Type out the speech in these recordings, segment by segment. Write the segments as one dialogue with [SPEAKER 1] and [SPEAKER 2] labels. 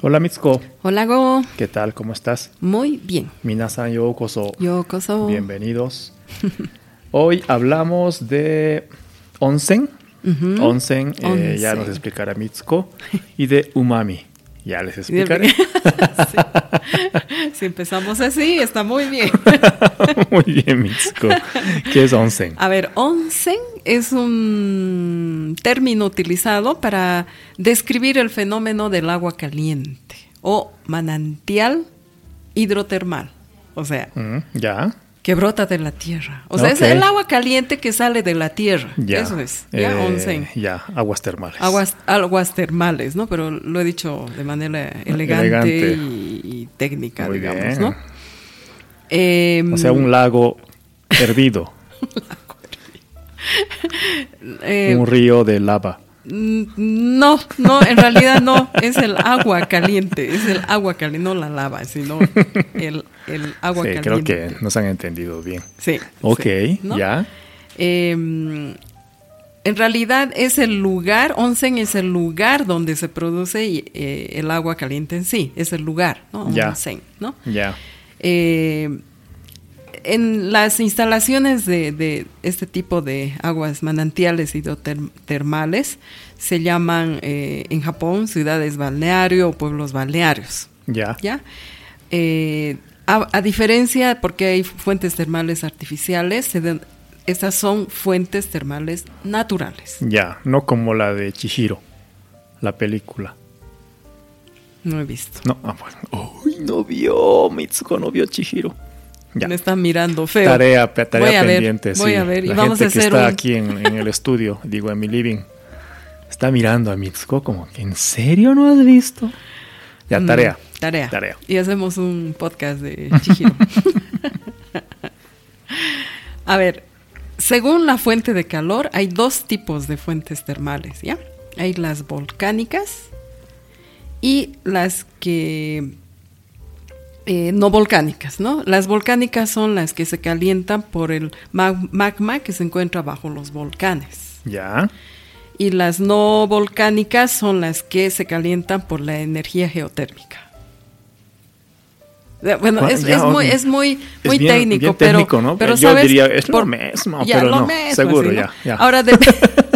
[SPEAKER 1] Hola Mitsuko,
[SPEAKER 2] ホラゴ
[SPEAKER 1] ¿qué tal? ¿Cómo estás?
[SPEAKER 2] muy bien.
[SPEAKER 1] Minasan yo koso.
[SPEAKER 2] Yo coso.
[SPEAKER 1] Bienvenidos. Hoy hablamos de onsen. Onsen, eh, ya
[SPEAKER 2] Onsen.
[SPEAKER 1] nos explicará Mitsuko. Y de umami. Ya les explicaré.
[SPEAKER 2] Sí. Si empezamos así, está muy bien.
[SPEAKER 1] Muy bien, Mitsuko. ¿Qué es onsen?
[SPEAKER 2] A ver, onsen es un término utilizado para describir el fenómeno del agua caliente o manantial hidrotermal. O sea,
[SPEAKER 1] Mm, ¿Ya?
[SPEAKER 2] que brota de la tierra. O sea, es
[SPEAKER 1] Ok.
[SPEAKER 2] el agua caliente que sale de la tierra.
[SPEAKER 1] Ya.
[SPEAKER 2] Eso es. Ya,
[SPEAKER 1] Eh,
[SPEAKER 2] onsen.
[SPEAKER 1] Ya, aguas termales.
[SPEAKER 2] Aguas, aguas termales, ¿no? Pero lo he dicho de manera elegante,
[SPEAKER 1] Elegante.
[SPEAKER 2] Y, y técnica,
[SPEAKER 1] Muy
[SPEAKER 2] digamos,
[SPEAKER 1] bien.
[SPEAKER 2] ¿no? Em,
[SPEAKER 1] O sea, un lago hervido.
[SPEAKER 2] eh,
[SPEAKER 1] un río de lava.
[SPEAKER 2] mm, no, no, en realidad no, es el agua caliente, es el agua caliente, no la lava, sino el, el agua
[SPEAKER 1] Sí,
[SPEAKER 2] caliente.
[SPEAKER 1] creo que nos han entendido bien.
[SPEAKER 2] Sí.
[SPEAKER 1] Ok,
[SPEAKER 2] sí, ¿no?
[SPEAKER 1] ya.
[SPEAKER 2] Eh, en realidad es el lugar, onsen es el lugar donde se produce y, eh, el agua caliente en sí, es el lugar, ¿no?
[SPEAKER 1] Ya.
[SPEAKER 2] Onsen, ¿no?
[SPEAKER 1] Ya.
[SPEAKER 2] Eh, en las instalaciones de, de este tipo de aguas manantiales hidrotermales se llaman eh, en Japón ciudades balneario o pueblos balnearios.
[SPEAKER 1] Ya.
[SPEAKER 2] ¿ya? Eh, a, a diferencia, porque hay fuentes termales artificiales, se den- estas son fuentes termales naturales.
[SPEAKER 1] Ya, no como la de Chihiro, la película.
[SPEAKER 2] No he visto.
[SPEAKER 1] No, ah, bueno. Uy, no vio, Mitsuko no vio Chihiro. Ya.
[SPEAKER 2] Me están mirando feo.
[SPEAKER 1] Tarea, pe- tarea
[SPEAKER 2] Voy a ver,
[SPEAKER 1] pendiente, sí.
[SPEAKER 2] Voy a ver y
[SPEAKER 1] la
[SPEAKER 2] vamos
[SPEAKER 1] gente
[SPEAKER 2] a
[SPEAKER 1] que
[SPEAKER 2] hacer
[SPEAKER 1] está
[SPEAKER 2] un-
[SPEAKER 1] aquí en, en el estudio, digo, en mi living, está mirando a Mitsuko como que, ¿en serio no has visto? Ya,
[SPEAKER 2] Mm,
[SPEAKER 1] tarea.
[SPEAKER 2] tarea.
[SPEAKER 1] Tarea.
[SPEAKER 2] Y hacemos un podcast de Chihiro. A ver, según la fuente de calor, hay dos tipos de fuentes termales, ¿ya? Hay las volcánicas y las que eh, no volcánicas, ¿no? Las volcánicas son las que se calientan por el mag- magma que se encuentra bajo los volcanes.
[SPEAKER 1] Ya,
[SPEAKER 2] Y las no volcánicas son las que se calientan por la energía geotérmica. Eh, Bueno,
[SPEAKER 1] Bueno,
[SPEAKER 2] es,
[SPEAKER 1] ya,
[SPEAKER 2] es muy,
[SPEAKER 1] ok.
[SPEAKER 2] es muy,
[SPEAKER 1] Es
[SPEAKER 2] muy
[SPEAKER 1] bien-
[SPEAKER 2] técnico,
[SPEAKER 1] bien
[SPEAKER 2] pero,
[SPEAKER 1] técnico, ¿no?
[SPEAKER 2] pero
[SPEAKER 1] Yo
[SPEAKER 2] ¿sabes?
[SPEAKER 1] diría, es lo mismo, pero no, seguro, ya, ya.
[SPEAKER 2] Ahora, dep-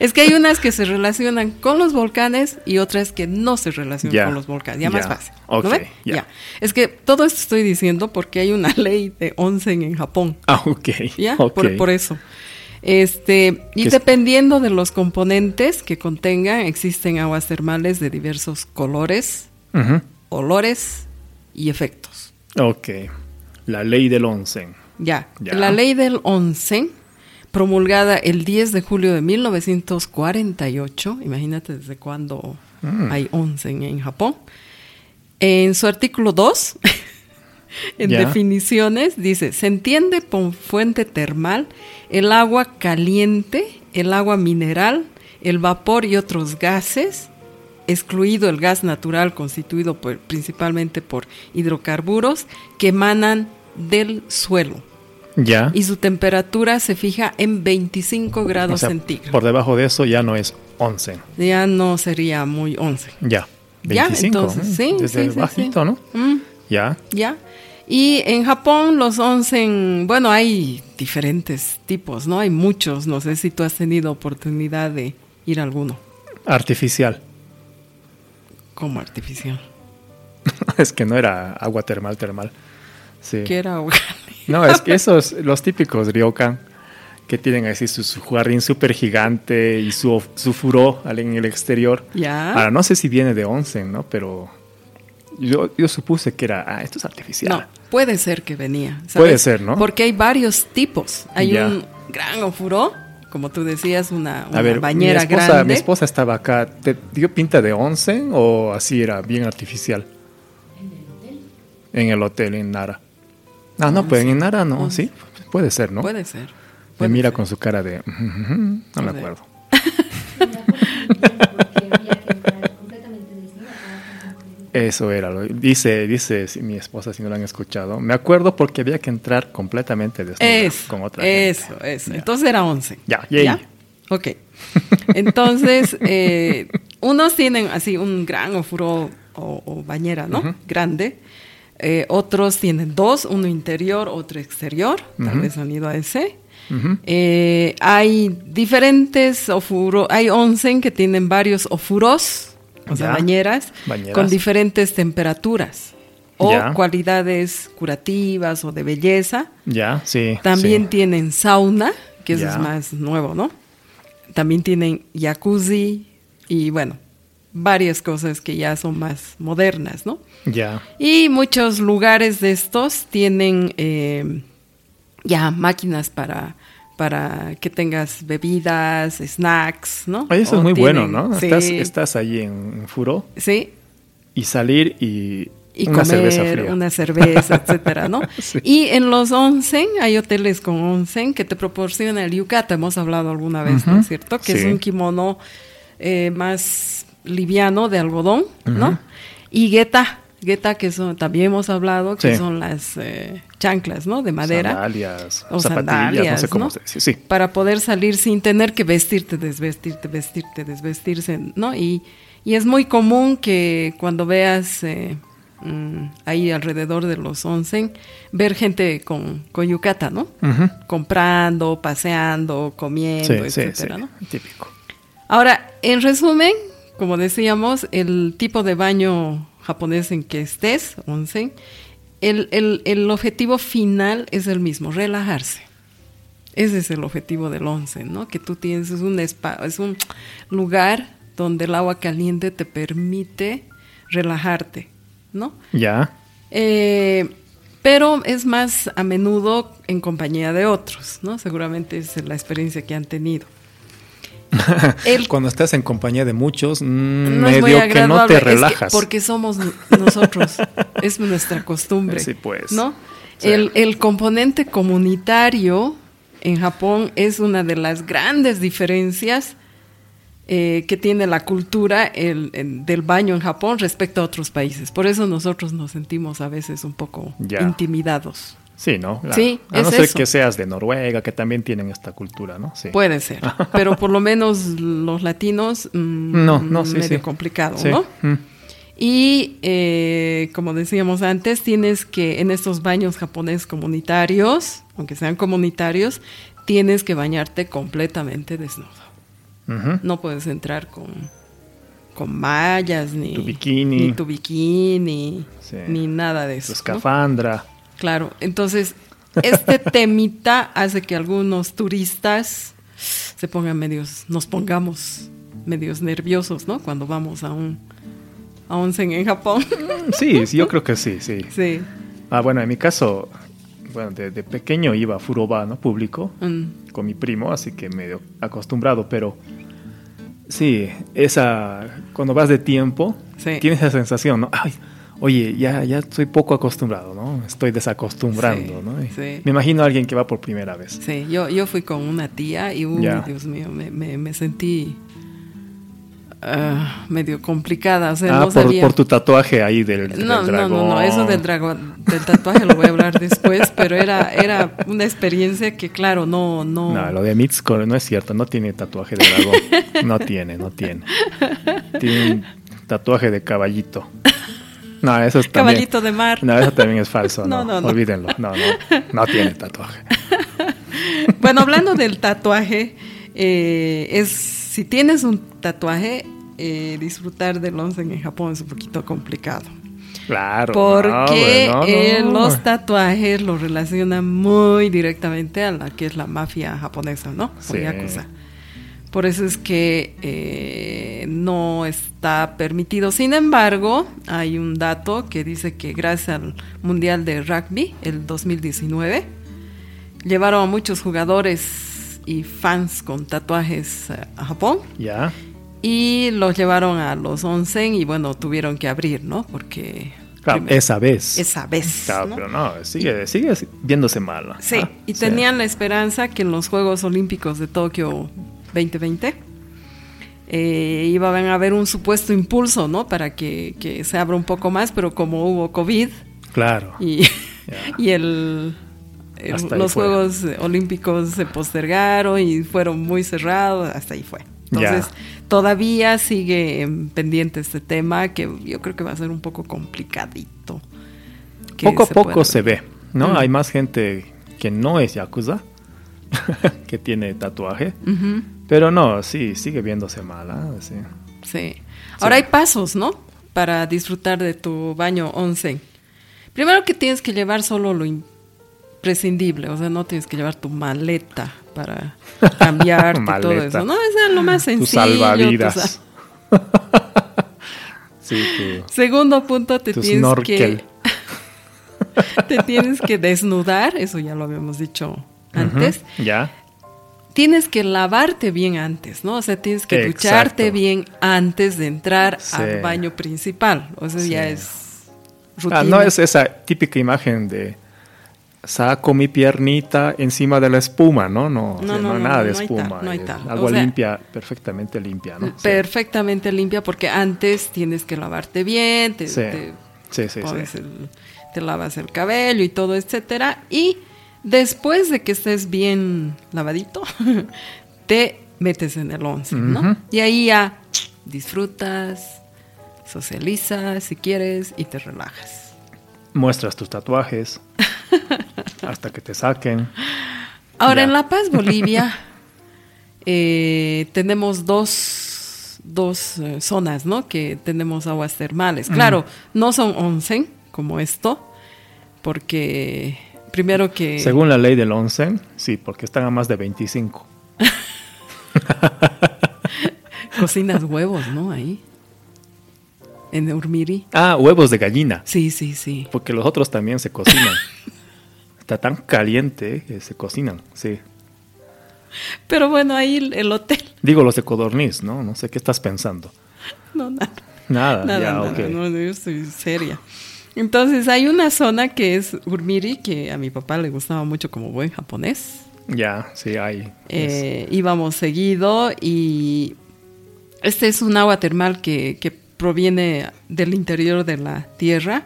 [SPEAKER 2] es que hay unas que se relacionan con los volcanes y otras que no se relacionan
[SPEAKER 1] Ya,
[SPEAKER 2] con los volcanes, ya, más
[SPEAKER 1] ya,
[SPEAKER 2] fácil.
[SPEAKER 1] ok,
[SPEAKER 2] ¿no ve?
[SPEAKER 1] ya.
[SPEAKER 2] Es que todo esto estoy diciendo porque hay una ley de onsen en Japón.
[SPEAKER 1] ah, ok.
[SPEAKER 2] ¿Ya?
[SPEAKER 1] ok.
[SPEAKER 2] Por, por eso. Este, y
[SPEAKER 1] Que es-
[SPEAKER 2] dependiendo de los componentes que contengan, existen aguas termales de diversos colores,
[SPEAKER 1] Ujú.
[SPEAKER 2] olores y efectos.
[SPEAKER 1] Ok, la ley del onsen.
[SPEAKER 2] Ya.
[SPEAKER 1] Ya.
[SPEAKER 2] La ley del onsen, promulgada el 10 de julio de 1948, imagínate desde cuándo
[SPEAKER 1] Mm.
[SPEAKER 2] hay onsen en Japón, en su artículo 2, en
[SPEAKER 1] Ya.
[SPEAKER 2] definiciones, dice, se entiende por fuente termal el agua caliente, el agua mineral, el vapor y otros gases excluido el gas natural constituido por- principalmente por hidrocarburos que emanan del suelo
[SPEAKER 1] Ya.
[SPEAKER 2] y su temperatura se fija en 25 grados
[SPEAKER 1] O sea,
[SPEAKER 2] centígrados.
[SPEAKER 1] por debajo de eso ya no es onsen.
[SPEAKER 2] Ya no sería muy 11.
[SPEAKER 1] Ya.
[SPEAKER 2] Ya,
[SPEAKER 1] 25.
[SPEAKER 2] entonces,
[SPEAKER 1] ¿eh?
[SPEAKER 2] sí,
[SPEAKER 1] Desde
[SPEAKER 2] sí, sí, sí.
[SPEAKER 1] bajito, ¿no?
[SPEAKER 2] Mm,
[SPEAKER 1] Ya.
[SPEAKER 2] ya. Y en Japón los onsen, bueno, hay diferentes tipos, ¿no? Hay muchos, no sé si tú has tenido oportunidad de ir a alguno
[SPEAKER 1] Artificial.
[SPEAKER 2] como artificial.
[SPEAKER 1] es que no era agua termal, termal. Sí.
[SPEAKER 2] Que era
[SPEAKER 1] No, es que esos, los típicos ryokan, que tienen así su, su jardín súper gigante y su, su furó al- en el exterior.
[SPEAKER 2] Ya.
[SPEAKER 1] Ahora, no sé si viene de onsen, ¿no? Pero yo, yo supuse que era, ah, esto es artificial.
[SPEAKER 2] No, puede ser que venía. ¿sabes?
[SPEAKER 1] Puede ser, ¿no?
[SPEAKER 2] Porque hay varios tipos. Hay
[SPEAKER 1] Ya.
[SPEAKER 2] un gran ofuró, como tú decías, una, una
[SPEAKER 1] A ver,
[SPEAKER 2] bañera
[SPEAKER 1] mi esposa,
[SPEAKER 2] grande.
[SPEAKER 1] mi esposa estaba acá. ¿Te dio pinta de onsen o así era bien artificial? En el hotel en Nara. Ah, no, pues en Nara no, sí, puede ser, ¿no?
[SPEAKER 2] Puede ser.
[SPEAKER 1] Me
[SPEAKER 2] puede
[SPEAKER 1] mira
[SPEAKER 2] ser.
[SPEAKER 1] con su cara de, "Ujú, ujú", no me
[SPEAKER 2] Puede.
[SPEAKER 1] acuerdo.
[SPEAKER 3] porque había que entrar completamente desnuda.
[SPEAKER 1] Eso era, lo- dice, dice si- mi esposa si no la han escuchado. Me acuerdo porque había que entrar completamente desnuda
[SPEAKER 2] Eso,
[SPEAKER 1] con otra
[SPEAKER 2] eso,
[SPEAKER 1] gente.
[SPEAKER 2] eso.
[SPEAKER 1] Ya.
[SPEAKER 2] Entonces era 11.
[SPEAKER 1] Ya, yay.
[SPEAKER 2] Ok. Entonces, eh, Unos tienen así un gran ofuro o, o bañera, ¿no?
[SPEAKER 1] Ujú.
[SPEAKER 2] Grande. Eh, otros tienen dos, uno interior, otro exterior. Tal
[SPEAKER 1] Ujú.
[SPEAKER 2] vez han ido a ese.
[SPEAKER 1] Ujú.
[SPEAKER 2] Eh, hay diferentes ofuro, hay onsen que tienen varios ofuros, o sea,
[SPEAKER 1] Ya.
[SPEAKER 2] bañeras,
[SPEAKER 1] Bañeras.
[SPEAKER 2] con diferentes temperaturas o
[SPEAKER 1] Ya.
[SPEAKER 2] cualidades curativas o de belleza.
[SPEAKER 1] Ya, sí.
[SPEAKER 2] También
[SPEAKER 1] sí.
[SPEAKER 2] tienen sauna, que eso
[SPEAKER 1] Ya.
[SPEAKER 2] es más nuevo, ¿no? También tienen jacuzzi y bueno, varias cosas que ya son más modernas, ¿no?
[SPEAKER 1] Ya.
[SPEAKER 2] Y muchos lugares de estos tienen eh, ya máquinas para, para que tengas bebidas, snacks, ¿no?
[SPEAKER 1] Oye, eso
[SPEAKER 2] O
[SPEAKER 1] es muy bueno,
[SPEAKER 2] tienen-
[SPEAKER 1] ¿no?
[SPEAKER 2] Sí,
[SPEAKER 1] Estás, estás allí en, en Furo
[SPEAKER 2] sí,
[SPEAKER 1] y salir y,
[SPEAKER 2] y
[SPEAKER 1] una
[SPEAKER 2] comer
[SPEAKER 1] cerveza fría.
[SPEAKER 2] una cerveza, etcétera, ¿no?
[SPEAKER 1] Sí.
[SPEAKER 2] Y en los onsen, hay hoteles con onsen que te proporcionan el yukata, hemos hablado alguna vez, ¿no
[SPEAKER 1] Ujú.
[SPEAKER 2] es cierto? Que es
[SPEAKER 1] Sí.
[SPEAKER 2] un kimono eh, más liviano de algodón,
[SPEAKER 1] Ujú.
[SPEAKER 2] ¿no? Y geta, geta que son, también hemos hablado, que
[SPEAKER 1] Sí.
[SPEAKER 2] son las eh, chanclas, ¿no? De madera.
[SPEAKER 1] Sandalias, zapatillas,
[SPEAKER 2] O
[SPEAKER 1] no sé
[SPEAKER 2] sandalias,
[SPEAKER 1] cómo
[SPEAKER 2] ¿no?
[SPEAKER 1] se dice. Sí.
[SPEAKER 2] Para poder salir sin tener que vestirte, desvestirte, vestirte, desvestirse, ¿no? Y, y es muy común que cuando veas eh, mm, ahí alrededor de los onsen, ver gente con, con yukata, ¿no?
[SPEAKER 1] Ujú.
[SPEAKER 2] Comprando, paseando,
[SPEAKER 1] Mm. Sí,
[SPEAKER 2] comiendo,
[SPEAKER 1] sí,
[SPEAKER 2] etcétera,
[SPEAKER 1] sí.
[SPEAKER 2] ¿no?
[SPEAKER 1] Típico.
[SPEAKER 2] Ahora, en resumen, como decíamos, el tipo de baño japonés en que estés, onsen, el, el- el objetivo final es el mismo, relajarse. Ese es el objetivo del onsen, ¿no? Que tú tienes es un spa, es un lugar donde el agua caliente te permite relajarte, ¿no?
[SPEAKER 1] Ya.
[SPEAKER 2] Eh, pero es más a menudo en compañía de otros, ¿no? Seguramente es la experiencia que han tenido. El-
[SPEAKER 1] Cuando estás en compañía de muchos, mm,
[SPEAKER 2] no es muy
[SPEAKER 1] medio que no
[SPEAKER 2] agradable,
[SPEAKER 1] te
[SPEAKER 2] es que-
[SPEAKER 1] relajas.
[SPEAKER 2] porque somos n- nosotros, es nuestra costumbre.
[SPEAKER 1] Sí, pues.
[SPEAKER 2] ¿no?
[SPEAKER 1] Sí.
[SPEAKER 2] El, el componente comunitario en Japón es una de las grandes diferencias eh, que tiene la cultura el- el- del baño en Japón respecto a otros países. Por eso nosotros nos sentimos a veces un poco
[SPEAKER 1] Ya.
[SPEAKER 2] intimidados.
[SPEAKER 1] Sí, ¿no? Claro.
[SPEAKER 2] Sí,
[SPEAKER 1] a no
[SPEAKER 2] es
[SPEAKER 1] ser
[SPEAKER 2] eso. Pues,
[SPEAKER 1] que seas de Noruega, que también tienen esta cultura, ¿no? Sí.
[SPEAKER 2] Puede ser, pero por lo menos los latinos, mm,
[SPEAKER 1] No, no, sí,
[SPEAKER 2] medio
[SPEAKER 1] sí.
[SPEAKER 2] complicado,
[SPEAKER 1] Sí.
[SPEAKER 2] ¿no?
[SPEAKER 1] Mm.
[SPEAKER 2] Y eh, como decíamos antes, tienes que en estos baños japoneses comunitarios, aunque sean comunitarios, tienes que bañarte completamente desnudo.
[SPEAKER 1] Ujú.
[SPEAKER 2] No puedes entrar con, con mallas, ni
[SPEAKER 1] Tu bikini.
[SPEAKER 2] ni, tu bikini,
[SPEAKER 1] Sí.
[SPEAKER 2] ni nada de
[SPEAKER 1] Tu
[SPEAKER 2] eso. ¿no?
[SPEAKER 1] escafandra.
[SPEAKER 2] Claro, entonces este temita hace que algunos turistas se pongan medios, nos pongamos medios nerviosos, ¿no? Cuando vamos a un a onsen en Japón.
[SPEAKER 1] Mm, Sí, sí, yo creo que sí, sí.
[SPEAKER 2] sí.
[SPEAKER 1] Ah, bueno, en mi caso, bueno, de, de pequeño iba a Furoba, ¿no? Público,
[SPEAKER 2] Mm.
[SPEAKER 1] con mi primo, así que medio acostumbrado, pero sí, esa, cuando vas de tiempo,
[SPEAKER 2] Sí.
[SPEAKER 1] tienes esa sensación, ¿no? Ay, oye, ya, ya estoy poco acostumbrado, ¿no? Estoy desacostumbrando,
[SPEAKER 2] Sí,
[SPEAKER 1] ¿no? Y
[SPEAKER 2] sí.
[SPEAKER 1] Me imagino a alguien que va por primera vez.
[SPEAKER 2] Sí, yo, yo fui con una tía y, uy,
[SPEAKER 1] Ya.
[SPEAKER 2] Dios mío, me, me- me sentí ah, medio complicada. O sea,
[SPEAKER 1] ah,
[SPEAKER 2] no
[SPEAKER 1] por,
[SPEAKER 2] sabía.
[SPEAKER 1] por tu tatuaje ahí del, del
[SPEAKER 2] no, no,
[SPEAKER 1] dragón.
[SPEAKER 2] no, no, eso del, dragón- del tatuaje lo voy a hablar después, pero era, era una experiencia que, claro, no, no.
[SPEAKER 1] No, lo de Mitsuko no es cierto, no tiene tatuaje de dragón. No tiene, no tiene. Tiene un tatuaje de caballito. No, eso es también-
[SPEAKER 2] Caballito de mar.
[SPEAKER 1] No, eso también es falso. No,
[SPEAKER 2] No, no, no.
[SPEAKER 1] Olvídenlo. No, no. No tiene tatuaje.
[SPEAKER 2] Bueno, hablando del tatuaje, eh, es si tienes un tatuaje, eh, disfrutar del onsen en Japón es un poquito complicado.
[SPEAKER 1] Claro. no, güey,
[SPEAKER 2] Porque
[SPEAKER 1] no, no.
[SPEAKER 2] eh, los tatuajes lo relacionan muy directamente a la que es la mafia japonesa, ¿no? O
[SPEAKER 1] Sí.
[SPEAKER 2] yakuza. Por eso es que eh, no está permitido. Sin embargo, hay un dato que dice que gracias al Mundial de Rugby, el 2019, llevaron a muchos jugadores y fans con tatuajes eh, a Japón
[SPEAKER 1] Ya.
[SPEAKER 2] y los llevaron a los onsen y bueno, tuvieron que abrir, ¿no? Porque
[SPEAKER 1] Claro,
[SPEAKER 2] primero-
[SPEAKER 1] esa vez.
[SPEAKER 2] esa vez.
[SPEAKER 1] Claro,
[SPEAKER 2] ¿no?
[SPEAKER 1] pero no, sigue, sigue viéndose mal. ¿no?
[SPEAKER 2] Sí,
[SPEAKER 1] Ah,
[SPEAKER 2] y tenían la esperanza que en los Juegos Olímpicos de Tokio 2020 eh, iban a haber un supuesto impulso, ¿no? Para que, que se abra un poco más, pero como hubo COVID
[SPEAKER 1] Claro.
[SPEAKER 2] y,
[SPEAKER 1] Ya.
[SPEAKER 2] y el, el-
[SPEAKER 1] Hasta ahí
[SPEAKER 2] los
[SPEAKER 1] fue.
[SPEAKER 2] Juegos Olímpicos se postergaron y fueron muy cerrados, hasta ahí fue.
[SPEAKER 1] Ya.
[SPEAKER 2] Entonces, todavía sigue em, pendiente este tema que yo creo que va a ser un poco complicadito. que
[SPEAKER 1] Poco a
[SPEAKER 2] se
[SPEAKER 1] poco
[SPEAKER 2] pueda-
[SPEAKER 1] se ve, ¿no?
[SPEAKER 2] Mm.
[SPEAKER 1] Hay más gente que no es yakuza, que tiene tatuaje,
[SPEAKER 2] Ujú,
[SPEAKER 1] pero no, sí, sigue viéndose mala, sí.
[SPEAKER 2] sí. Ahora
[SPEAKER 1] Sí.
[SPEAKER 2] hay pasos, ¿no? Para disfrutar de tu baño onsen. Primero que tienes que llevar solo lo imprescindible, o sea, no tienes que llevar tu maleta para cambiarte y todo
[SPEAKER 1] Maleta.
[SPEAKER 2] eso. No, es lo más sencillo.
[SPEAKER 1] Tus
[SPEAKER 2] tu sal-
[SPEAKER 1] salvavidas. sí, tu-
[SPEAKER 2] Segundo punto, te
[SPEAKER 1] Tu
[SPEAKER 2] tienes
[SPEAKER 1] snorkel.
[SPEAKER 2] que te tienes que desnudar, eso ya lo habíamos dicho antes.
[SPEAKER 1] Ujú, ya.
[SPEAKER 2] Tienes que lavarte bien antes, ¿no? O sea, tienes que
[SPEAKER 1] Exacto.
[SPEAKER 2] ducharte bien antes de entrar
[SPEAKER 1] Sí.
[SPEAKER 2] al baño principal. O sea,
[SPEAKER 1] Sí.
[SPEAKER 2] ya es rutina.
[SPEAKER 1] Ah, no es esa típica imagen de saco mi piernita encima de la espuma, ¿no? No,
[SPEAKER 2] No,
[SPEAKER 1] sí,
[SPEAKER 2] no, no,
[SPEAKER 1] nada
[SPEAKER 2] no,
[SPEAKER 1] de
[SPEAKER 2] no hay tal,
[SPEAKER 1] espuma.
[SPEAKER 2] no hay
[SPEAKER 1] eh,
[SPEAKER 2] tal.
[SPEAKER 1] Agua
[SPEAKER 2] O sea,
[SPEAKER 1] limpia, perfectamente limpia, ¿no? Sí.
[SPEAKER 2] perfectamente limpia porque antes tienes que lavarte bien, te,
[SPEAKER 1] Sí.
[SPEAKER 2] te
[SPEAKER 1] Sí, sí,
[SPEAKER 2] pones
[SPEAKER 1] sí.
[SPEAKER 2] el- te lavas el cabello y todo, etcétera. Y después de que estés bien lavadito, te metes en el once, ¿no?
[SPEAKER 1] Ujú.
[SPEAKER 2] Y ahí ya disfrutas, socializas si quieres y te relajas.
[SPEAKER 1] Muestras tus tatuajes hasta que te saquen.
[SPEAKER 2] Ahora
[SPEAKER 1] Ya.
[SPEAKER 2] en La Paz, Bolivia, eh, tenemos dos, dos, eh, zonas, ¿no? Que tenemos aguas termales. Claro, no son onsen como esto, porque primero que...
[SPEAKER 1] Según la ley del onsen, sí, porque están a más de 25.
[SPEAKER 2] Cocinas huevos, ¿no? Ahí. En Urmiri.
[SPEAKER 1] Ah, huevos de gallina,
[SPEAKER 2] Sí, sí, sí.
[SPEAKER 1] porque los otros también se cocinan. Está tan caliente que se cocinan, sí.
[SPEAKER 2] Pero bueno, ahí el, el hotel.
[SPEAKER 1] Digo los de codorniz, ¿no? No sé qué estás pensando.
[SPEAKER 2] No, nada.
[SPEAKER 1] Nada,
[SPEAKER 2] Nada,
[SPEAKER 1] Ah, ya,
[SPEAKER 2] nada,
[SPEAKER 1] ok.
[SPEAKER 2] no, no, yo estoy seria. Entonces, hay una zona que es Urmiri, que a mi papá le gustaba mucho como buen japonés.
[SPEAKER 1] Ya, sí, ahí. es-
[SPEAKER 2] Eh, íbamos seguido y este es un agua termal que, que proviene del interior de la Tierra.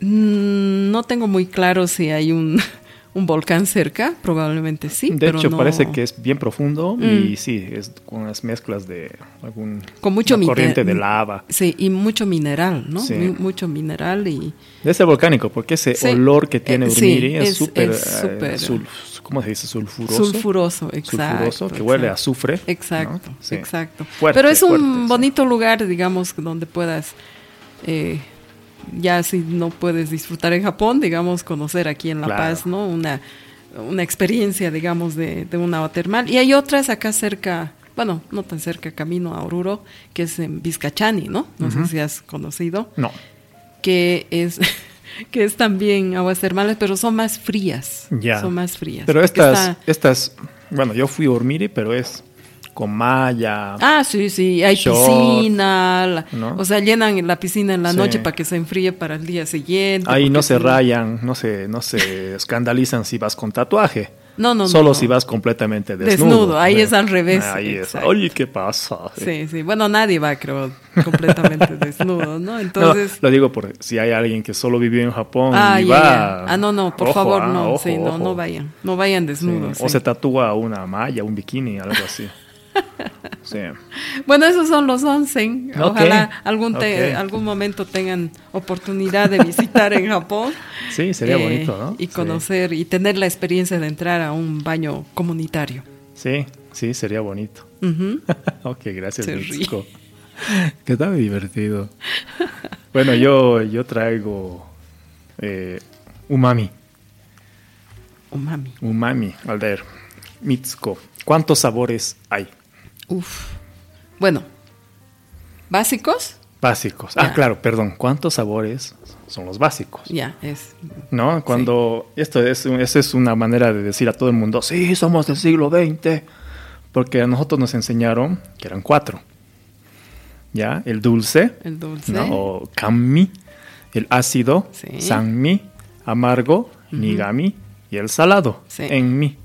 [SPEAKER 2] Mm, No tengo muy claro si hay un, un volcán cerca, probablemente sí.
[SPEAKER 1] de
[SPEAKER 2] pero
[SPEAKER 1] hecho,
[SPEAKER 2] no-
[SPEAKER 1] parece que es bien profundo
[SPEAKER 2] Mm.
[SPEAKER 1] y sí, es con unas mezclas de algún
[SPEAKER 2] Con mucho
[SPEAKER 1] una
[SPEAKER 2] mite-
[SPEAKER 1] corriente de lava.
[SPEAKER 2] Sí, y mucho mineral, ¿no?
[SPEAKER 1] Sí.
[SPEAKER 2] Mi- Mucho mineral y...
[SPEAKER 1] Debe ser volcánico, porque ese
[SPEAKER 2] Sí.
[SPEAKER 1] olor que tiene
[SPEAKER 2] Eh, sí,
[SPEAKER 1] Urmiri
[SPEAKER 2] es-
[SPEAKER 1] es súper,
[SPEAKER 2] es
[SPEAKER 1] eh,
[SPEAKER 2] súper-
[SPEAKER 1] sul- ¿cómo se dice? Sulfuroso.
[SPEAKER 2] Sulfuroso, exacto.
[SPEAKER 1] Sulfuroso, que huele a
[SPEAKER 2] exacto.
[SPEAKER 1] azufre. ¿no?
[SPEAKER 2] Exacto,
[SPEAKER 1] Sí.
[SPEAKER 2] exacto.
[SPEAKER 1] Fuerte,
[SPEAKER 2] Pero es un
[SPEAKER 1] fuerte, sí.
[SPEAKER 2] bonito lugar, digamos, donde puedas, eh, ya si no puedes disfrutar en Japón, digamos, conocer aquí en La
[SPEAKER 1] Claro.
[SPEAKER 2] Paz, ¿no? Una, una experiencia, digamos, de, de una agua termal. Y hay otras acá cerca, bueno, no tan cerca, camino a Oruro, que es en Vizcachani, ¿no? No sé si has conocido,
[SPEAKER 1] No,
[SPEAKER 2] que es... que es también aguas termales, pero son más frías.
[SPEAKER 1] Ya.
[SPEAKER 2] Son más frías.
[SPEAKER 1] pero
[SPEAKER 2] porque
[SPEAKER 1] estas,
[SPEAKER 2] está-
[SPEAKER 1] estas, bueno, yo fui a Urmiri, pero es con malla.
[SPEAKER 2] Ah, sí, sí, hay
[SPEAKER 1] Short,
[SPEAKER 2] piscina, la-
[SPEAKER 1] ¿no?
[SPEAKER 2] o sea, llenan la piscina en la
[SPEAKER 1] Sí.
[SPEAKER 2] noche para que se enfríe para el día siguiente.
[SPEAKER 1] Ahí no
[SPEAKER 2] porque
[SPEAKER 1] se
[SPEAKER 2] sí.
[SPEAKER 1] rayan, no se, no se escandalizan si vas con tatuaje.
[SPEAKER 2] No, no, no,
[SPEAKER 1] Solo
[SPEAKER 2] no.
[SPEAKER 1] si vas completamente desnudo.
[SPEAKER 2] Desnudo, ahí
[SPEAKER 1] Sí.
[SPEAKER 2] es al revés,
[SPEAKER 1] Ahí es.
[SPEAKER 2] exacto.
[SPEAKER 1] Oye, ¿qué pasa?
[SPEAKER 2] Sí, sí, bueno, nadie va, creo, completamente desnudo, ¿no? Entonces,
[SPEAKER 1] No, lo digo por si hay alguien que solo vivió en Japón
[SPEAKER 2] ah,
[SPEAKER 1] y
[SPEAKER 2] ya,
[SPEAKER 1] va.
[SPEAKER 2] ya. ah, no, no, por
[SPEAKER 1] Ojo,
[SPEAKER 2] favor,
[SPEAKER 1] ah,
[SPEAKER 2] no,
[SPEAKER 1] ojo,
[SPEAKER 2] sí, no, no
[SPEAKER 1] ojo.
[SPEAKER 2] vayan, no vayan
[SPEAKER 1] Sí,
[SPEAKER 2] desnudos.
[SPEAKER 1] O
[SPEAKER 2] sí.
[SPEAKER 1] se tatúa una malla, un bikini, algo así. Sí.
[SPEAKER 2] Bueno, esos son los onsen.
[SPEAKER 1] Ok,
[SPEAKER 2] Ojalá algún te-
[SPEAKER 1] ok.
[SPEAKER 2] algún momento tengan oportunidad de visitar en Japón.
[SPEAKER 1] Sí, sería
[SPEAKER 2] eh,
[SPEAKER 1] bonito, ¿no?
[SPEAKER 2] Y
[SPEAKER 1] Sí.
[SPEAKER 2] conocer y tener la experiencia de entrar a un baño comunitario.
[SPEAKER 1] Sí, sí, sería bonito.
[SPEAKER 2] Ujú.
[SPEAKER 1] ok, gracias,
[SPEAKER 2] Se
[SPEAKER 1] Mitsuko. Qué tan divertido. Bueno, yo, yo traigo eh, umami.
[SPEAKER 2] Oh, Umami.
[SPEAKER 1] Umami, al ver. Mitsuko, ¿cuántos sabores hay?
[SPEAKER 2] Uf. Bueno, básicos,
[SPEAKER 1] Básicos.
[SPEAKER 2] Ya.
[SPEAKER 1] Ah, claro, perdón. ¿Cuántos sabores son los básicos?
[SPEAKER 2] ya es.
[SPEAKER 1] ¿No? Cuando esto es, un- esa es una manera de decir a todo el mundo, sí, somos del siglo XX, porque a nosotros nos enseñaron que eran cuatro. ¿Ya? El dulce,
[SPEAKER 2] El dulce.
[SPEAKER 1] ¿no? O kanmi, el ácido,
[SPEAKER 2] Sí.
[SPEAKER 1] sanmi, amargo, nigami y el salado,
[SPEAKER 2] Sí.
[SPEAKER 1] enmi.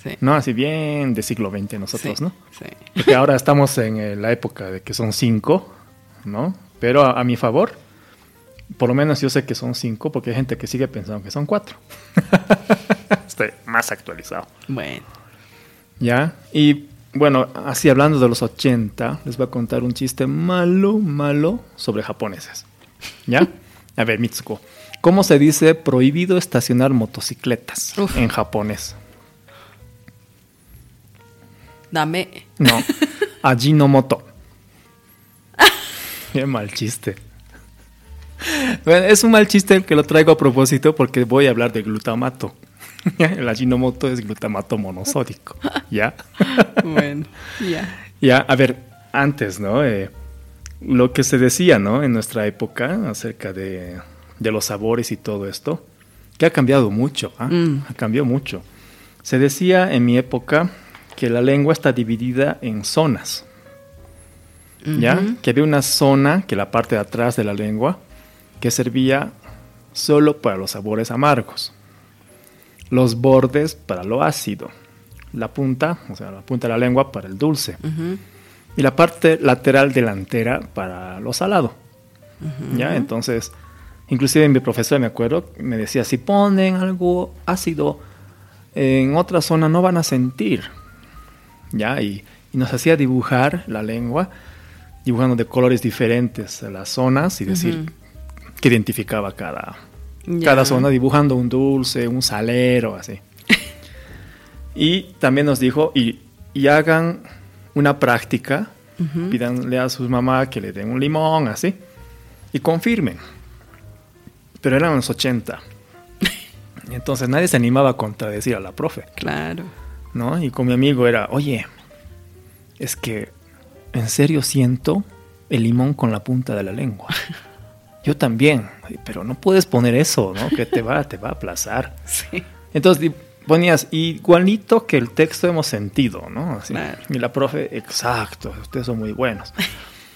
[SPEAKER 2] Sí,
[SPEAKER 1] ¿No? Así bien de siglo XX nosotros,
[SPEAKER 2] sí,
[SPEAKER 1] ¿no?
[SPEAKER 2] sí.
[SPEAKER 1] Porque ahora estamos en eh, la época de que son cinco, ¿no? Pero a, a mi favor, por lo menos yo sé que son cinco porque hay gente que sigue pensando que son cuatro. Estoy más actualizado.
[SPEAKER 2] Bueno,
[SPEAKER 1] ¿Ya? Y Bueno, así hablando de los 80, les voy a contar un chiste malo, malo sobre japoneses. ¿Ya? A ver, Mitsuko. ¿Cómo se dice prohibido estacionar motocicletas
[SPEAKER 2] Uf.
[SPEAKER 1] en japonés?
[SPEAKER 2] Dame.
[SPEAKER 1] No. Ajinomoto. Qué mal chiste. Bueno, es un mal chiste que lo traigo a propósito porque voy a hablar de glutamato. El Ajinomoto es glutamato monosódico. ¿Ya?
[SPEAKER 2] Bueno, ya.
[SPEAKER 1] Ya, a ver, antes, ¿no? Eh, lo que se decía, ¿no? En nuestra época acerca de, de los sabores y todo esto, que ha cambiado mucho, ¿ah?
[SPEAKER 2] Mm.
[SPEAKER 1] Ha cambiado mucho. Se decía en mi época que la lengua está dividida en zonas, ¿ya?
[SPEAKER 2] Ujú.
[SPEAKER 1] Que había una zona, que la parte de atrás de la lengua, que servía solo para los sabores amargos. Los bordes para lo ácido. La punta, o sea, la punta de la lengua para el dulce
[SPEAKER 2] Ujú.
[SPEAKER 1] y la parte lateral delantera para lo salado. ¿Ya? Entonces, inclusive mi profesor, me acuerdo, me decía, si ponen algo ácido en otra zona no van a sentir. ¿Ya? Y, y nos hacía dibujar la lengua, dibujando de colores diferentes las zonas y decir que identificaba cada,
[SPEAKER 2] Ya.
[SPEAKER 1] cada zona dibujando un dulce, un salero, así. y también nos dijo, y, y hagan una práctica, pídanle a sus mamás que le den un limón, así, y confirmen. Pero eran los 80. Y entonces nadie se animaba a contradecir a la profe,
[SPEAKER 2] Claro.
[SPEAKER 1] ¿no? Y con mi amigo era, oye, es que en serio siento el limón con la punta de la lengua. Yo también, pero no puedes poner eso, ¿no? Que te va, te va a aplazar.
[SPEAKER 2] Sí.
[SPEAKER 1] Entonces di- ponías igualito que el texto hemos sentido, ¿no? Así.
[SPEAKER 2] Claro.
[SPEAKER 1] Y la profe, exacto, ustedes son muy buenos.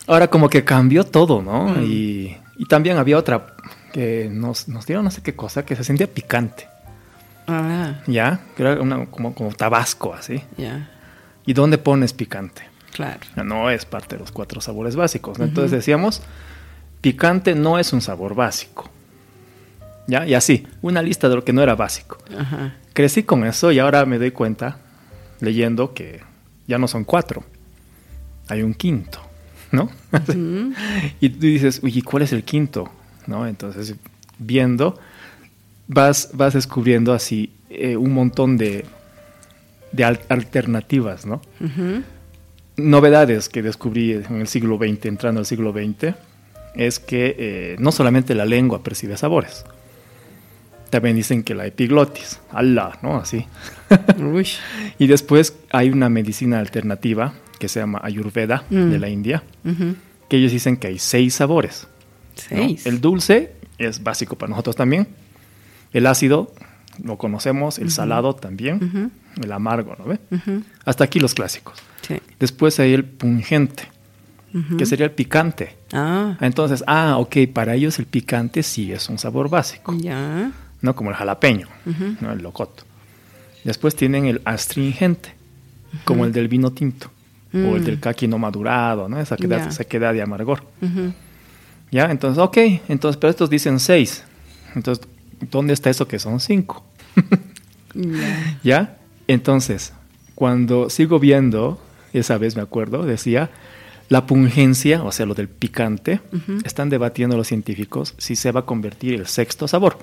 [SPEAKER 1] Ahora como que cambió todo, ¿no?
[SPEAKER 2] Mm.
[SPEAKER 1] Y, y también había otra que nos, nos dieron no sé qué cosa que se sentía picante,
[SPEAKER 2] Ah,
[SPEAKER 1] ¿ya? Que era una- como, como tabasco así.
[SPEAKER 2] ya.
[SPEAKER 1] ¿Y dónde pones picante?
[SPEAKER 2] Claro.
[SPEAKER 1] No es parte de los cuatro sabores básicos, ¿no? Entonces decíamos, picante no es un sabor básico. ¿Ya? Y así, una lista de lo que no era básico
[SPEAKER 2] Ajá.
[SPEAKER 1] crecí con eso y ahora me doy cuenta, leyendo, que ya no son cuatro, hay un quinto, ¿no?
[SPEAKER 2] Mm.
[SPEAKER 1] y tú dices, uy, ¿y ¿cuál es el quinto? ¿No? Entonces, viendo, vas, vas descubriendo así eh, un montón de, de al- alternativas, ¿no?
[SPEAKER 2] Ujú.
[SPEAKER 1] novedades que descubrí en el siglo XX, entrando al siglo XX, es que eh, no solamente la lengua percibe sabores. También dicen que la epiglotis, ala, ¿no? Así.
[SPEAKER 2] Uy.
[SPEAKER 1] Y después hay una medicina alternativa que se llama Ayurveda
[SPEAKER 2] Mm.
[SPEAKER 1] de la India,
[SPEAKER 2] Ujú.
[SPEAKER 1] que ellos dicen que hay seis sabores. ¿no?
[SPEAKER 2] Seis.
[SPEAKER 1] El dulce es básico para nosotros también. El ácido lo conocemos, el salado también,
[SPEAKER 2] Ujú.
[SPEAKER 1] el amargo, ¿no ve?
[SPEAKER 2] Ujú.
[SPEAKER 1] Hasta aquí los clásicos.
[SPEAKER 2] Sí.
[SPEAKER 1] Después hay el pungente,
[SPEAKER 2] Ujú.
[SPEAKER 1] que sería el picante.
[SPEAKER 2] Ah,
[SPEAKER 1] Entonces, ah, ok, para ellos el picante sí es un sabor básico,
[SPEAKER 2] ya.
[SPEAKER 1] ¿no? Como el jalapeño,
[SPEAKER 2] Ujú.
[SPEAKER 1] ¿no? El locoto. Después tienen el astringente, como el del vino tinto, o el
[SPEAKER 2] Mm.
[SPEAKER 1] del caqui no madurado, ¿no? Esa queda,
[SPEAKER 2] Ya.
[SPEAKER 1] sequedad de amargor.
[SPEAKER 2] Ujú.
[SPEAKER 1] Ya, entonces, ok, entonces, pero estos dicen seis. Entonces, ¿dónde está eso que son cinco?
[SPEAKER 2] Ya.
[SPEAKER 1] ¿Ya? Entonces, cuando sigo viendo, esa vez me acuerdo, decía, la pungencia, o sea, lo del picante, están debatiendo los científicos si se va a convertir el sexto sabor.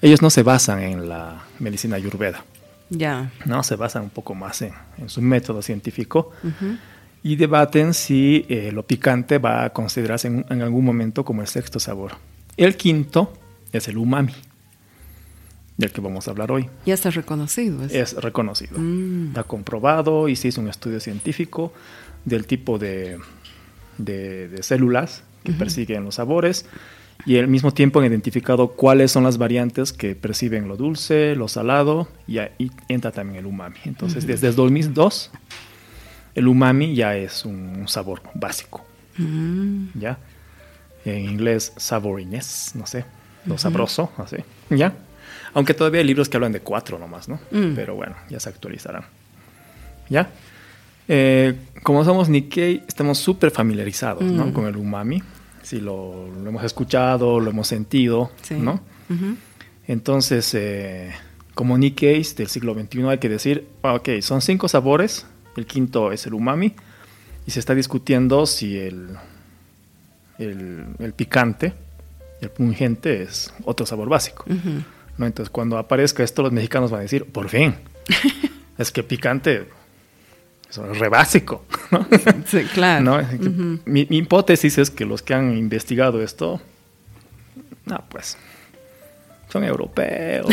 [SPEAKER 1] Ellos no se basan en la medicina ayurveda,
[SPEAKER 2] Ya.
[SPEAKER 1] ¿no? Se basan un poco más en, en su método científico
[SPEAKER 2] Ujú.
[SPEAKER 1] y debaten si eh, lo picante va a considerarse en, en algún momento como el sexto sabor. El quinto es el umami, del que vamos a hablar hoy.
[SPEAKER 2] Ya está reconocido. eso.
[SPEAKER 1] Es reconocido.
[SPEAKER 2] Mm.
[SPEAKER 1] Está comprobado y se hizo un estudio científico del tipo de, de- de células que persiguen los sabores y al mismo tiempo han identificado cuáles son las variantes que perciben lo dulce, lo salado y ahí entra también el umami. Entonces, desde el 2002, el umami ya es un sabor básico,
[SPEAKER 2] Mm.
[SPEAKER 1] ¿ya? En inglés, saboriness, no sé, lo sabroso, así, ¿ya? Aunque todavía hay libros que hablan de cuatro nomás, ¿no?
[SPEAKER 2] Mm.
[SPEAKER 1] Pero bueno, ya se actualizarán. ¿Ya? Eh, como somos Nikkei, estamos súper familiarizados ¿no?
[SPEAKER 2] Mm.
[SPEAKER 1] con el umami. Si lo, lo hemos escuchado, lo hemos sentido,
[SPEAKER 2] Sí.
[SPEAKER 1] ¿no?
[SPEAKER 2] Ujú.
[SPEAKER 1] Entonces, eh, como Nikkeis del siglo XXI, hay que decir, ah, ok, son cinco sabores El quinto es el umami. Y se está discutiendo si el, el, el picante, el pungente, es otro sabor básico.
[SPEAKER 2] Ujú.
[SPEAKER 1] ¿no? Entonces, cuando aparezca esto, los mexicanos van a decir, por fin, es que picante es re básico. ¿no?
[SPEAKER 2] Sí, claro.
[SPEAKER 1] ¿no? mi, mi hipótesis es que los que han investigado esto, no, pues, son europeos,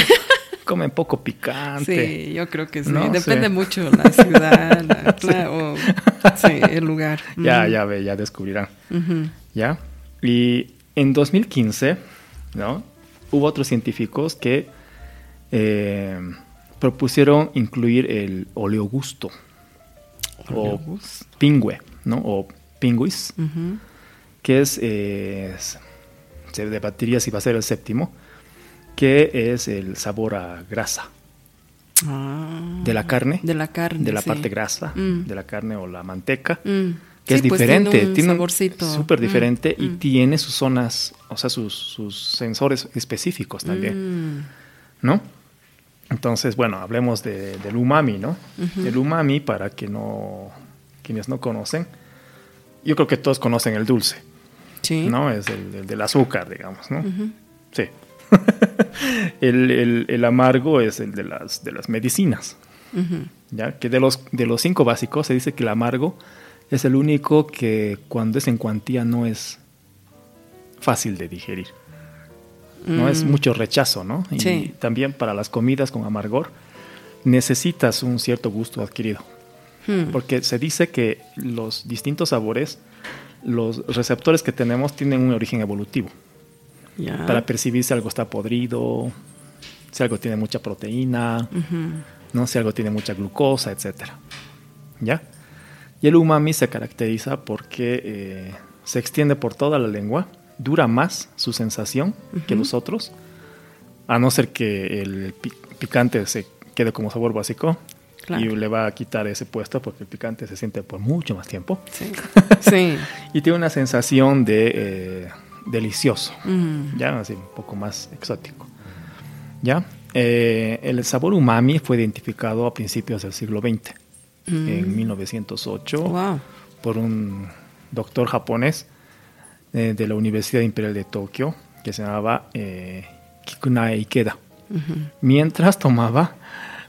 [SPEAKER 1] comen poco picante.
[SPEAKER 2] Sí, yo creo que sí.
[SPEAKER 1] No,
[SPEAKER 2] Depende
[SPEAKER 1] sí.
[SPEAKER 2] mucho la ciudad, la- la- o- sí, el lugar.
[SPEAKER 1] Ya,
[SPEAKER 2] Ujú.
[SPEAKER 1] ya ve, ya descubrirán.
[SPEAKER 2] Ujú.
[SPEAKER 1] ¿ya? Y en 2015, ¿no? Hubo otros científicos que eh, propusieron incluir el oleogusto,
[SPEAKER 2] Oleogusto.
[SPEAKER 1] o pingüe, ¿no? O pingüis,
[SPEAKER 2] Ujú.
[SPEAKER 1] que es, eh, es- se debatiría si va a ser el séptimo, que es el sabor a grasa
[SPEAKER 2] Ah.
[SPEAKER 1] de la carne,
[SPEAKER 2] De la carne.
[SPEAKER 1] de la
[SPEAKER 2] sí.
[SPEAKER 1] parte grasa
[SPEAKER 2] Mm.
[SPEAKER 1] de la carne o la manteca.
[SPEAKER 2] Mm.
[SPEAKER 1] que es
[SPEAKER 2] Sí, pues,
[SPEAKER 1] diferente,
[SPEAKER 2] tiene un
[SPEAKER 1] un-
[SPEAKER 2] saborcito.
[SPEAKER 1] súper
[SPEAKER 2] Mm,
[SPEAKER 1] diferente y
[SPEAKER 2] mm.
[SPEAKER 1] tiene sus zonas, o sea, sus, sus sensores específicos también,
[SPEAKER 2] Mm.
[SPEAKER 1] ¿no? Entonces, bueno, hablemos de- del umami, ¿no? El umami, para que no, quienes no conocen, yo creo que todos conocen el dulce,
[SPEAKER 2] Sí.
[SPEAKER 1] ¿no? Es el, el del azúcar, digamos, ¿no? Sí. el, el- el amargo es el de las, de las medicinas,
[SPEAKER 2] Ujú.
[SPEAKER 1] ¿ya? Que de los, de los cinco básicos se dice que el amargo es el único que cuando es en cuantía no es fácil de digerir. No es mucho rechazo, ¿no? Y
[SPEAKER 2] Mm. Sí.
[SPEAKER 1] también para las comidas con amargor necesitas un cierto gusto adquirido.
[SPEAKER 2] Hmm.
[SPEAKER 1] Porque se dice que los distintos sabores, los receptores que tenemos tienen un origen evolutivo.
[SPEAKER 2] Ya.
[SPEAKER 1] Para percibir si algo está podrido, si algo tiene mucha proteína,
[SPEAKER 2] Ujú.
[SPEAKER 1] ¿no? Si algo tiene mucha glucosa, etcétera. ¿Ya? Y el umami se caracteriza porque eh, se extiende por toda la lengua, dura más su sensación que los otros, a no ser que el pi- picante se quede como sabor básico
[SPEAKER 2] Claro.
[SPEAKER 1] y le va a quitar ese puesto porque el picante se siente por mucho más tiempo
[SPEAKER 2] Sí. sí.
[SPEAKER 1] y tiene una sensación de eh, delicioso,
[SPEAKER 2] Mm.
[SPEAKER 1] ya así un poco más exótico. ¿Ya? Eh, el sabor umami fue identificado a principios del siglo XX,
[SPEAKER 2] Mm.
[SPEAKER 1] en 1908,
[SPEAKER 2] Wow.
[SPEAKER 1] por un doctor japonés eh, de la Universidad Imperial de Tokio, que se llamaba eh, Kikunae Ikeda, mientras tomaba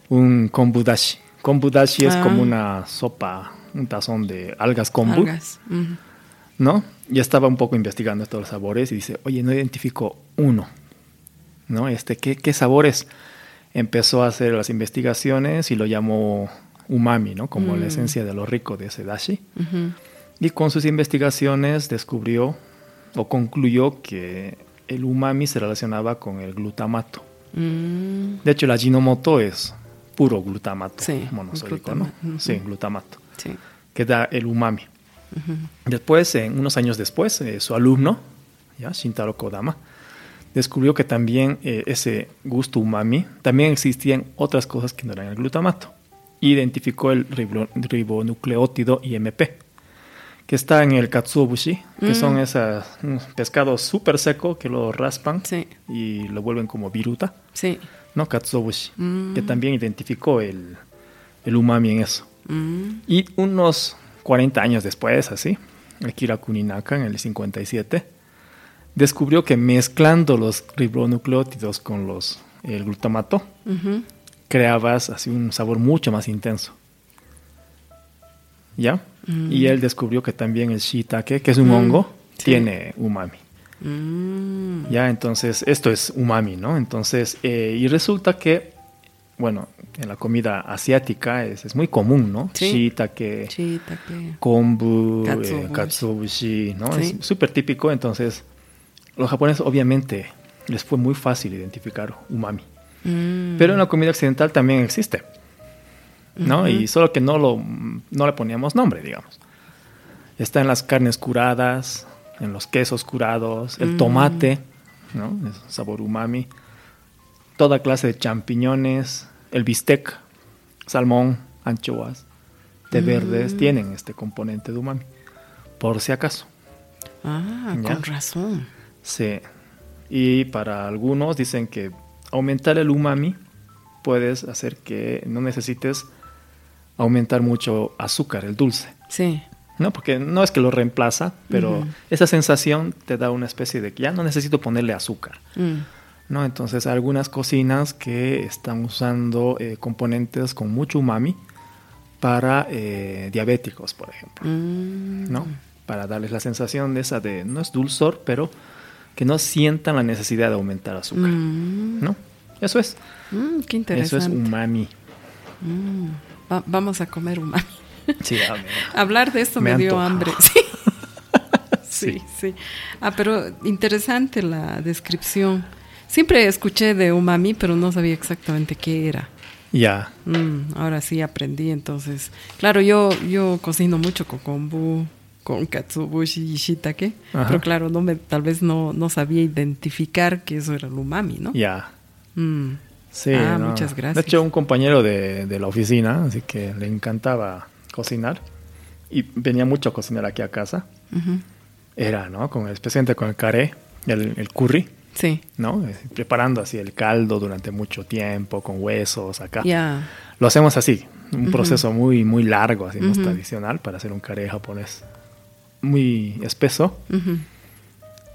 [SPEAKER 1] un kombudashi. Kombudashi es
[SPEAKER 2] Ah.
[SPEAKER 1] como una sopa, un tazón de algas kombu.
[SPEAKER 2] Algas. Ujú.
[SPEAKER 1] ¿no? Ya estaba un poco investigando estos sabores y dice, oye, no identifico uno, ¿no? Este, ¿qué, qué sabores? Empezó a hacer las investigaciones y lo llamó umami, ¿no? Como
[SPEAKER 2] Mm.
[SPEAKER 1] la esencia de lo rico de ese dashi.
[SPEAKER 2] Ujú.
[SPEAKER 1] Y con sus investigaciones descubrió o concluyó que el umami se relacionaba con el glutamato.
[SPEAKER 2] Mm.
[SPEAKER 1] De hecho, el Ajinomoto es puro glutamato
[SPEAKER 2] Sí,
[SPEAKER 1] monosódico,
[SPEAKER 2] glutama-
[SPEAKER 1] ¿no?
[SPEAKER 2] ujú.
[SPEAKER 1] Sí, glutamato,
[SPEAKER 2] Sí.
[SPEAKER 1] que da el umami. Después, en unos años después, eh, su alumno, ya, Shintaro Kodama, descubrió que también eh, ese gusto umami, también existían otras cosas que no eran el glutamato. Identificó el ribo- ribonucleótido IMP, que está en el katsuobushi, que
[SPEAKER 2] Mm.
[SPEAKER 1] son esos pescados súper seco que lo raspan
[SPEAKER 2] Sí.
[SPEAKER 1] y lo vuelven como viruta,
[SPEAKER 2] Sí.
[SPEAKER 1] ¿no? Katsuobushi,
[SPEAKER 2] Mm.
[SPEAKER 1] que también identificó el, el umami en eso.
[SPEAKER 2] Mm.
[SPEAKER 1] Y unos 40 años después, así, Akira Kuninaka, en el 57, descubrió que mezclando los ribonucleótidos con los, el glutamato,
[SPEAKER 2] Ujú.
[SPEAKER 1] creabas así un sabor mucho más intenso. ¿Ya? Y él descubrió que también el shiitake, que es un hongo,
[SPEAKER 2] Mm. sí.
[SPEAKER 1] tiene umami.
[SPEAKER 2] Mm.
[SPEAKER 1] Ya, entonces, esto es umami, ¿no? Entonces, eh, y resulta que, bueno, en la comida asiática es, es muy común, ¿no?
[SPEAKER 2] Sí.
[SPEAKER 1] Shiitake,
[SPEAKER 2] Shiitake.
[SPEAKER 1] kombu, eh,
[SPEAKER 2] Katsuobushi.
[SPEAKER 1] katsuobushi, ¿no?
[SPEAKER 2] Sí.
[SPEAKER 1] Es súper típico, entonces los japoneses obviamente les fue muy fácil identificar umami.
[SPEAKER 2] Mm.
[SPEAKER 1] Pero en la comida occidental también existe, ¿no? Y solo que no, lo, no le poníamos nombre, digamos. Está en las carnes curadas, en los quesos curados, el tomate, ¿no? Es un sabor umami. Toda clase de champiñones, el bistec, salmón, anchoas, de verdes, tienen este componente de umami. Por si acaso.
[SPEAKER 2] Ah,
[SPEAKER 1] Ya.
[SPEAKER 2] con razón.
[SPEAKER 1] Sí. Y para algunos dicen que aumentar el umami puedes hacer que no necesites aumentar mucho azúcar, el dulce.
[SPEAKER 2] Sí.
[SPEAKER 1] ¿no? Porque no es que lo reemplaza, pero esa sensación te da una especie de que ya no necesito ponerle azúcar,
[SPEAKER 2] Mm.
[SPEAKER 1] ¿no? Entonces, algunas cocinas que están usando eh, componentes con mucho umami para eh, diabéticos, por ejemplo,
[SPEAKER 2] Mm.
[SPEAKER 1] ¿no? Para darles la sensación de esa de, no es dulzor, pero que no sientan la necesidad de aumentar azúcar,
[SPEAKER 2] Mm.
[SPEAKER 1] ¿no? Eso es.
[SPEAKER 2] Mm, qué
[SPEAKER 1] Eso
[SPEAKER 2] interesante.
[SPEAKER 1] es umami.
[SPEAKER 2] Mm. Va- vamos a comer humano.
[SPEAKER 1] Sí, a ver.
[SPEAKER 2] Hablar de esto
[SPEAKER 1] Me
[SPEAKER 2] me, dio
[SPEAKER 1] antoja.
[SPEAKER 2] hambre. Sí. sí, sí. Ah, pero interesante la descripción. Siempre escuché de umami, pero no sabía exactamente qué era.
[SPEAKER 1] Ya.
[SPEAKER 2] Mm, ahora sí aprendí, entonces. Claro, yo, yo cocino mucho con kombu, con katsubushi y shiitake,
[SPEAKER 1] Ajá.
[SPEAKER 2] pero claro, no me, tal vez no, no sabía identificar que eso era el umami, ¿no?
[SPEAKER 1] Ya.
[SPEAKER 2] Mm.
[SPEAKER 1] Sí,
[SPEAKER 2] Ah,
[SPEAKER 1] no.
[SPEAKER 2] muchas gracias.
[SPEAKER 1] De hecho, un compañero de, de la oficina, así que le encantaba cocinar y venía mucho a cocinar aquí a casa.
[SPEAKER 2] Ujú.
[SPEAKER 1] Era, ¿no? Con especialmente con el caré, el, el curry,
[SPEAKER 2] Sí,
[SPEAKER 1] ¿no? Eh, Preparando así el caldo durante mucho tiempo con huesos acá.
[SPEAKER 2] ya.
[SPEAKER 1] Lo hacemos así, un proceso muy muy largo, así más
[SPEAKER 2] Ujú.
[SPEAKER 1] tradicional para hacer un caré japonés muy espeso.
[SPEAKER 2] Ujú.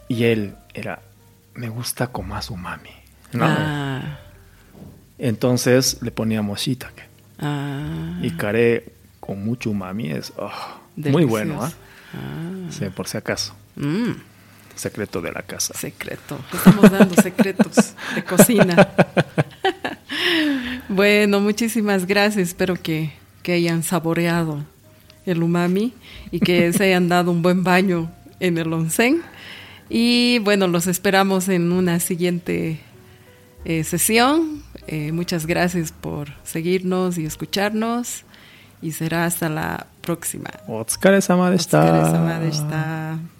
[SPEAKER 1] Y él era, me gusta con más umami, ¿no?
[SPEAKER 2] Ah,
[SPEAKER 1] Entonces le poníamos shiitake.
[SPEAKER 2] ah,
[SPEAKER 1] Y care con mucho umami es oh, muy
[SPEAKER 2] delicioso.
[SPEAKER 1] bueno, ¿ah?
[SPEAKER 2] Ah,
[SPEAKER 1] Sí, por si acaso.
[SPEAKER 2] mm,
[SPEAKER 1] Secreto de la casa.
[SPEAKER 2] secreto. Estamos dando secretos de cocina. bueno, muchísimas gracias. Espero que, que hayan saboreado el umami y que se hayan dado un buen baño en el onsen. Y bueno, los esperamos en una siguiente eh, sesión. Eh, muchas gracias por seguirnos y escucharnos. Y será hasta la próxima.
[SPEAKER 1] Otsukaresama
[SPEAKER 2] お疲れ様でし
[SPEAKER 1] deshita.
[SPEAKER 2] た。